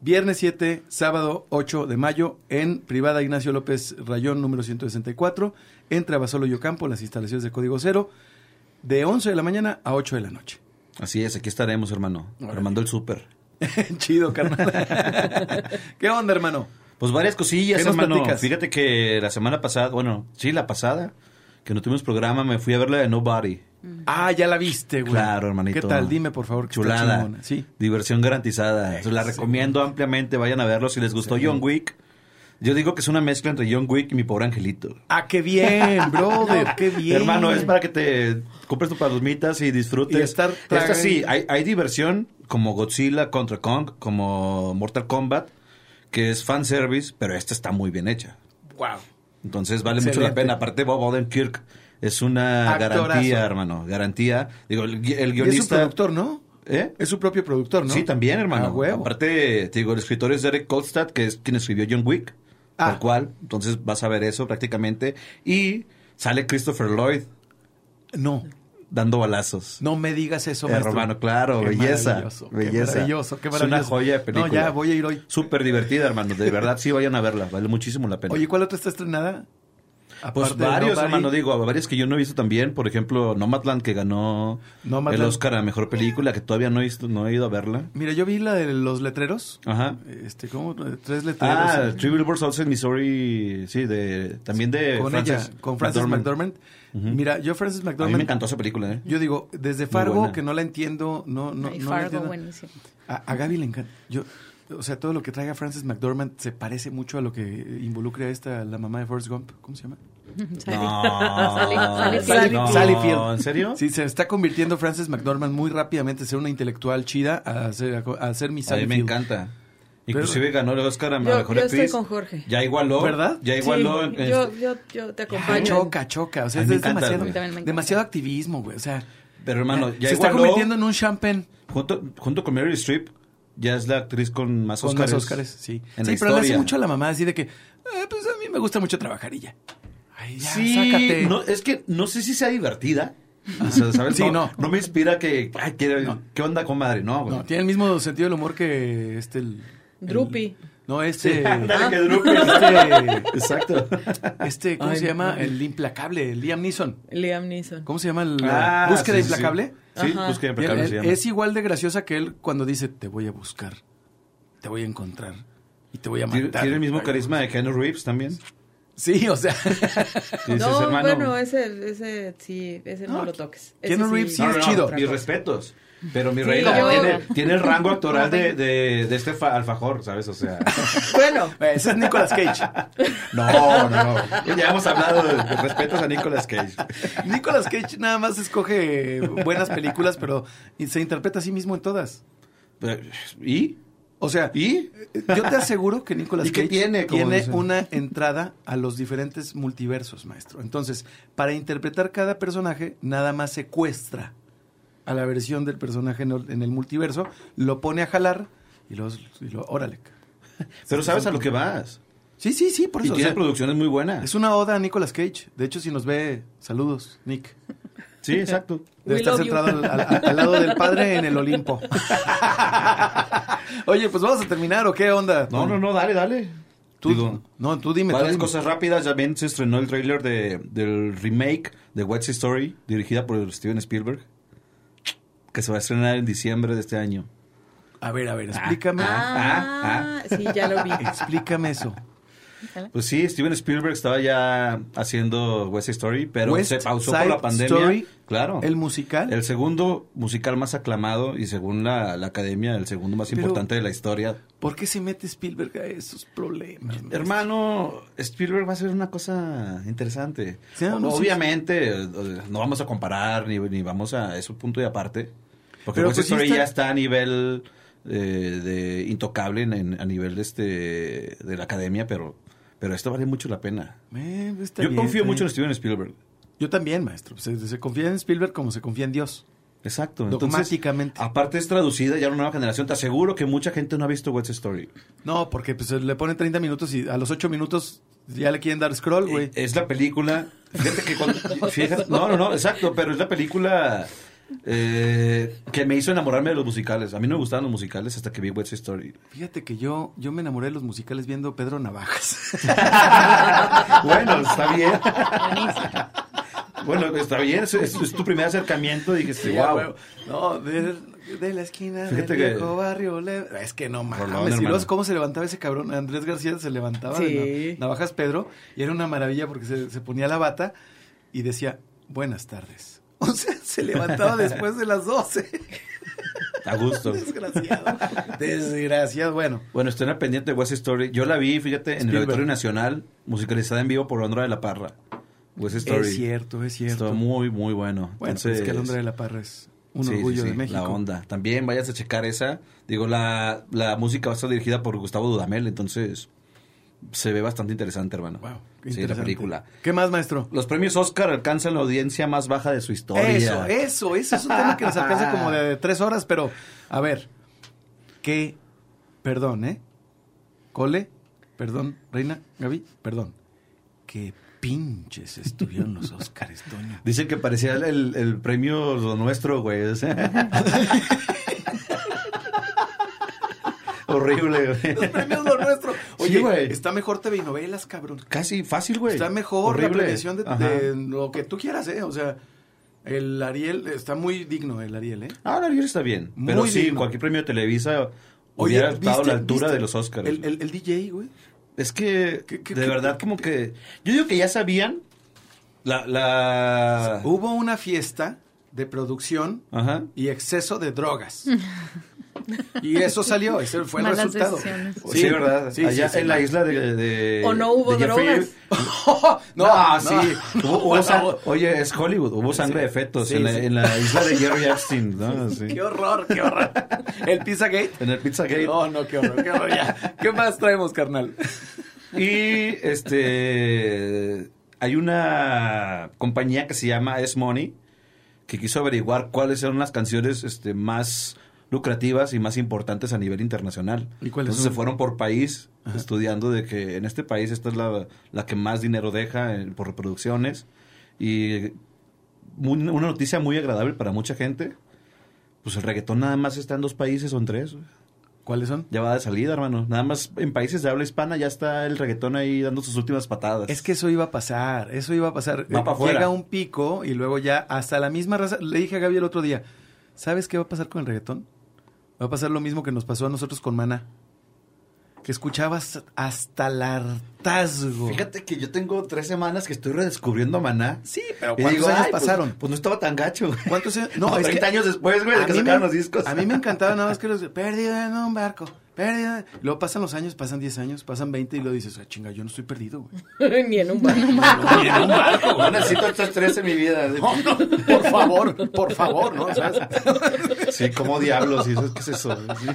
Viernes 7, sábado 8 de mayo, en privada Ignacio López Rayón, número 164, entre Abasolo y Ocampo, las instalaciones de Código Cero, de 11 de la mañana a 8 de la noche.
Así es, aquí estaremos, hermano. Armando el súper.
Chido, carnal. ¿Qué onda, hermano?
Pues varias cosillas,
¿Qué nos
hermano.
platicas?
Fíjate que la semana pasada, bueno, sí, la pasada, que no tuvimos programa, me fui a ver la de Nobody.
Ah, ya la viste, güey.
Mm. Claro, hermanito.
¿Qué tal? Dime, por favor, que está
Chulada.
chingona. Sí.
Diversión garantizada. Se la recomiendo ampliamente. Vayan a verlo si les gustó John Wick. Yo digo que es una mezcla entre John Wick y mi pobre angelito.
Ah, qué bien, brother, qué bien.
Hermano, es para que te compres tus palomitas y disfrutes.
Y estar
Esta
tragando.
sí, hay, hay diversión como Godzilla contra Kong, como Mortal Kombat, que es fanservice, pero esta está muy bien hecha.
Wow.
Entonces vale mucho la
Excelente.
pena. Aparte, Bob Odenkirk es una
Actorazo.
garantía, hermano. Garantía. Digo, el, gui- el
Y es su
guionista.
productor, ¿no?
¿Eh?
Es su propio productor, ¿no?
Sí, también, hermano.
A huevo.
Aparte, te digo, el escritor es Derek Kolstad, que es quien escribió John Wick.
Ah.
Tal cual. Entonces vas a ver eso prácticamente. Y sale Christopher Lloyd
No,
dando balazos.
no me digas eso,
Eh,
maestro.
Romano, claro,
Qué
belleza,
maravilloso, qué
belleza.
maravilloso, qué
Es una
maravilloso.
joya de película.
No, ya voy a ir hoy.
Súper divertida, hermano. De verdad, sí, vayan a verla. Vale muchísimo la pena.
Oye, ¿cuál otra está estrenada?
Pues
Aparte de
varios,
Nobody.
hermano, digo, varios que yo no he visto también. Por ejemplo, Nomadland, que ganó
Nomadland.
el Oscar a Mejor Película, que todavía no he, visto, no he ido a verla.
Mira, yo vi la de los letreros.
Ajá.
Este, ¿cómo? Tres letreros. ¿eh?
Ah, Three Billboards Outside Missouri, sí, de, también de
con
Frances
ella, con Frances McDormand. Mira, yo Frances
A mí
McDormand.
me encantó esa película, ¿eh?
Yo digo, desde
Muy
Fargo,
buena.
que no la entiendo, no, no,
Ay,
no la
Fargo,
entiendo.
buenísimo.
A, a Gaby le encanta. Yo, o sea, todo lo que traiga Frances McDormand se parece mucho a lo que involucra a esta, la mamá de Forrest Gump. ¿Cómo se llama?
Sally- Sally-
Sally,
No,
Sally Field.
¿En serio?
Sí, se está convirtiendo Frances McDormand muy rápidamente de ser una intelectual chida a ser, a ser mi
a
Sally
mí me
Field.
encanta.
Pero-
Inclusive ganó el Oscar a
Yo-
Mejor
yo estoy
Actriz.
con Jorge.
Ya igualó.
¿Verdad?
Ya igualó.
Sí,
en- este-
yo, yo, yo te
Ay,
acompaño.
choca, choca. O sea,
A
es,
mí me
es
encanta,
demasiado,
güey.
También me encanta.
demasiado activismo, güey. O sea, eh,
Pero hermano, ya
Ah, se está
igualó.
convirtiendo en un champán.
Junto, junto con Mary Streep, ya es la actriz con más
Con
Oscars.
más Óscares, sí.
En
sí,
la
pero le hace
historia.
mucho a la mamá así de que, "Ah, pues a mí me gusta mucho trabajar y ya. Ay, ya,
Sí,
sácate.
no, es que no sé si sea divertida. O sea, ¿sabes?
Sí,
no,
no.
no me inspira que, ay, ¿qué,
No.
qué onda, comadre? No, güey.
No, tiene el mismo sentido del humor que este... El, el-
Drupi.
no,
Sí,
este...
ándale, que drupe.
este,
Exacto.
este, ¿cómo
Ay,
se llama?
no.
El implacable, Liam Neeson.
Liam Neeson.
¿Cómo se llama? El,
Ah,
¿Búsqueda
sí, sí, sí.
implacable?
Sí,
Ajá.
búsqueda
Él-
implacable
él
se llama.
es igual de graciosa que él cuando dice, te voy a buscar, te voy a encontrar y te voy a
Tiene
matar.
tiene el mismo carisma de Keanu Reeves también.
Sí, o sea...
Dices,
no,
hermano,
bueno, ese, ese sí, ese no,
No,
lo toques.
Keanu
Ese
Reeves sí
No,
es
no, no,
chido.
otra
Mis
cosa.
respetos. Pero mi
Sí,
reina
yo-
tiene, tiene el rango actoral de, de, de este fa- alfajor, ¿sabes? O sea.
Bueno,
Ese es Nicolas Cage.
No, no, no. Ya hemos hablado de, de respetos a Nicolas Cage.
Nicolas Cage nada más escoge buenas películas, pero se interpreta a sí mismo en todas.
Pero, ¿Y?
O sea,
¿Y?
yo te aseguro que Nicolas
¿Y qué
Cage
tiene? Como dicen.
una entrada a los diferentes multiversos, maestro. Entonces, para interpretar cada personaje, nada más secuestra a la versión del personaje en el, en el multiverso, lo pone a jalar y los y lo, órale.
Pero sabes a lo que vas.
Sí, sí, sí, por
Y
eso. o
tiene
sea,
producciones muy buenas.
es una oda a Nicolas Cage. De hecho, si nos ve, saludos, Nick.
Sí, exacto.
Debe
We
estar
love you.
centrado al, al- al lado del padre en el Olimpo. Oye, pues vamos a terminar, ¿o qué onda?
No, no, no, dale, dale.
Tú,
Digo,
no, tú dime. tú
varias
dime.
cosas rápidas. También se estrenó el tráiler de, del remake de West Story, dirigida por Steven Spielberg, que se va a estrenar en diciembre de este año.
A ver, a ver, explícame.
ah, sí, ya lo vi.
Explícame eso.
Pues sí, Steven Spielberg estaba ya haciendo West Story, pero
West
se pausó
Side
por la pandemia.
Story,
claro.
El musical.
El segundo musical más aclamado y según la, la academia, el segundo más
Pero-
importante de la historia.
¿Por qué se mete Spielberg a esos problemas? maestro?
Hermano, Spielberg va a hacer una cosa interesante.
Sí, no, no, sí,
Obviamente, eh, no vamos a comparar ni, ni vamos a... Es un punto y aparte. Porque
Pero
West
pues sí
Story
está-
ya está a nivel eh, de intocable, en- en- a nivel de, este, de la academia, pero, pero esto vale mucho la pena.
Eh, está
Yo
bien,
confío
está
mucho en
bien.
Steven Spielberg.
Yo también, maestro. Se, se confía en Spielberg como se confía en Dios.
Exacto.
Dogmáticamente.
Entonces, aparte es traducida ya a una nueva generación. Te aseguro que mucha gente no ha visto West Story.
No, porque pues, le ponen 30 minutos y a los 8 minutos ya le quieren dar scroll, güey.
Eh, Es la película. Fíjate que cuando- fíjate- no, no, no, exacto, pero es la película eh, que me hizo enamorarme de los musicales. A mí no me gustaban los musicales hasta que vi West Story.
Fíjate que yo, yo me enamoré de los musicales viendo Pedro Navajas.
Bueno, está bien. Bueno, está bien, es, es- es tu primer acercamiento. Dijiste,
Sí, a
wow.
huevo. No, de, de la esquina
Fíjate
del
que-
viejo barrio. le- Es que no mames.
Rolón,
y
hermano.
luego, ¿Cómo se levantaba ese cabrón? Andrés García se levantaba de
Sí.
na- Navajas Pedro y era una maravilla porque se, se ponía la bata y decía, buenas tardes. O sea, se levantaba después de las 12.
A gusto.
Desgraciado. Desgraciado. Bueno,
Bueno, estoy en el pendiente de West Story. Yo la vi, fíjate, en el
Spielberg.
Auditorio Nacional, musicalizada en vivo por Londra de la Parra. West Story.
es cierto, es cierto.
Está muy, muy bueno.
bueno, pues
Entonces,
es que el hombre de la parra es un
Sí, sí,
orgullo
sí,
de México.
La onda. También vayas a checar esa. Digo, la, la música va a estar dirigida por Gustavo Dudamel, entonces se ve bastante interesante, hermano.
Wow, qué
sí, la
interesante.
película.
¿Qué más, maestro?
Los premios Oscar alcanzan la audiencia más baja de su historia.
Eso, eh. eso, eso es un tema que nos alcanza como de tres horas, pero a ver, ¿qué? Perdón, ¿eh? Cole, perdón, Reina, Gaby, perdón. ¿Qué pinches estuvieron los Óscares, Toño?
Dicen que parecía el- el, el premio lo nuestro, güey. o sea. Horrible,
Los
güey.
premios lo nuestro. Oye,
Sí, güey.
está mejor TV y novelas, cabrón.
Casi fácil, güey.
Está mejor la
Horrible.
premiación de,
Ajá.
de lo que tú quieras, ¿eh? O sea, el Ariel, está muy digno el Ariel, ¿eh?
Ah, no, yo está bien.
Muy
Pero sí,
digno.
cualquier premio de Televisa hubiera estado a la altura
viste
de los Oscars.
El, el- el DJ, güey.
Es que,
¿Qué- qué-
de
qué-
verdad, como que... Yo digo que ya sabían la... la...
Hubo una fiesta de producción
Ajá.
y exceso de drogas. y eso salió, ese fue el
Malas
resultado.
decisiones.
Sí, ¿verdad?
Sí,
Allá
sí, sí,
en la
sí.
isla de... de-
O no hubo
de Jeffrey-
drogas.
No, ah, sí. Hubo- hubo
No.
sang- Oye, es Hollywood. Hubo sangre de fetos
Sí,
en, la,
sí.
en la isla de Jerry Epstein, ¿no? Sí.
Qué horror, qué horror. El Pizzagate.
En el Pizzagate.
No, no, qué horror, qué horror. ya. ¿Qué más traemos, carnal?
Y este hay una compañía que se llama S Money que quiso averiguar cuáles eran las canciones este, más lucrativas y más importantes a nivel internacional.
¿Y cuáles
Entonces
son?
se fueron por país estudiando de que en este país esta es la, la que más dinero deja en- por reproducciones y muy- una noticia muy agradable para mucha gente. Pues el reggaetón nada más está en dos países o en tres. güey.
¿Cuáles son?
Ya va de salida, hermano. Nada más en países de habla hispana ya está el reggaetón ahí dando sus últimas patadas.
Es que eso iba a pasar, eso iba a pasar.
Va
Eh,
pa' afuera.
Llega un pico y luego ya hasta la misma raza. Le dije a Gaby el otro día, ¿sabes qué va a pasar con el reggaetón? Va a pasar lo mismo que nos pasó a nosotros con Maná. Que escuchabas hasta el hartazgo.
Fíjate que yo tengo tres semanas que estoy redescubriendo a Maná.
Sí, pero
Y
¿cuántos
digo,
años
"Ay, pues-
pasaron?
Pues, no estaba tan gacho, güey.
¿Cuántos años?
No, 30 años después, güey, de
a
que
mí me-
sacaron los discos.
A mí me encantaba nada más que los... Perdido en un barco, perdido... en-". Luego pasan los años, pasan 10 años, pasan 20 y luego dices, "Ah, chinga, yo no estoy perdido, güey.
Ni en un bar.
Ni en un barco, güey. Necesito estos tres en mi vida.
por favor, por favor, ¿no? ¿Sabes?
Sí, como diablos. Y eso, ¿Qué es eso? Sí.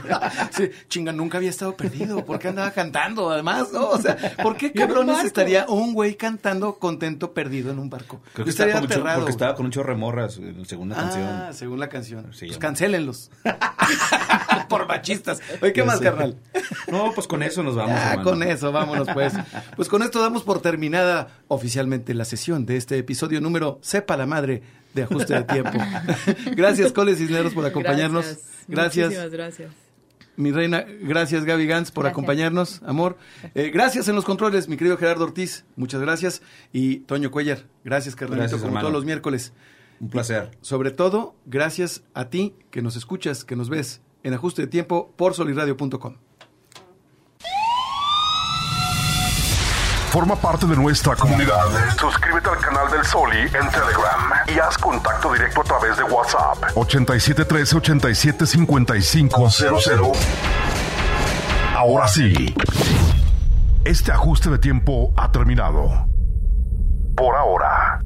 Sí, chinga, nunca había estado perdido. ¿Por qué andaba cantando? Además, ¿no? O sea, ¿por qué cabrones estaría un güey cantando contento perdido en un barco? Yo
Creo que estaba
estaría
con un chorro-
aterrado. güey.
porque estaba con un chorro de morras en la segunda
Ah,
canción.
según la canción.
Sí,
pues
ya.
cancélenlos. Por machistas. Oye, ¿qué
Ya
más,
sé.
carnal?
No, pues con eso nos vamos.
Ah,
hermano.
con eso, vámonos pues. Pues con esto damos por terminada oficialmente la sesión de este episodio número Sepa la Madre de Ajuste de Tiempo. gracias, Cole Cisneros, por acompañarnos. Gracias.
Muchísimas gracias.
Mi reina, gracias Gaby Gantz por
Gracias.
acompañarnos, amor. Eh, gracias en los controles, mi querido Gerardo Ortiz, muchas gracias. Y Toño Cuellar, gracias, carnalito,
Gracias,
como
hermano.
todos los miércoles.
Un placer.
Sobre todo, gracias a ti que nos escuchas, que nos ves en ajuste de tiempo por soliradio.com.
Forma parte de nuestra comunidad. Suscríbete al canal del Soli en Telegram y haz contacto directo a través de WhatsApp. 8713-875500. Ahora sí. Este ajuste de tiempo ha terminado. Por ahora.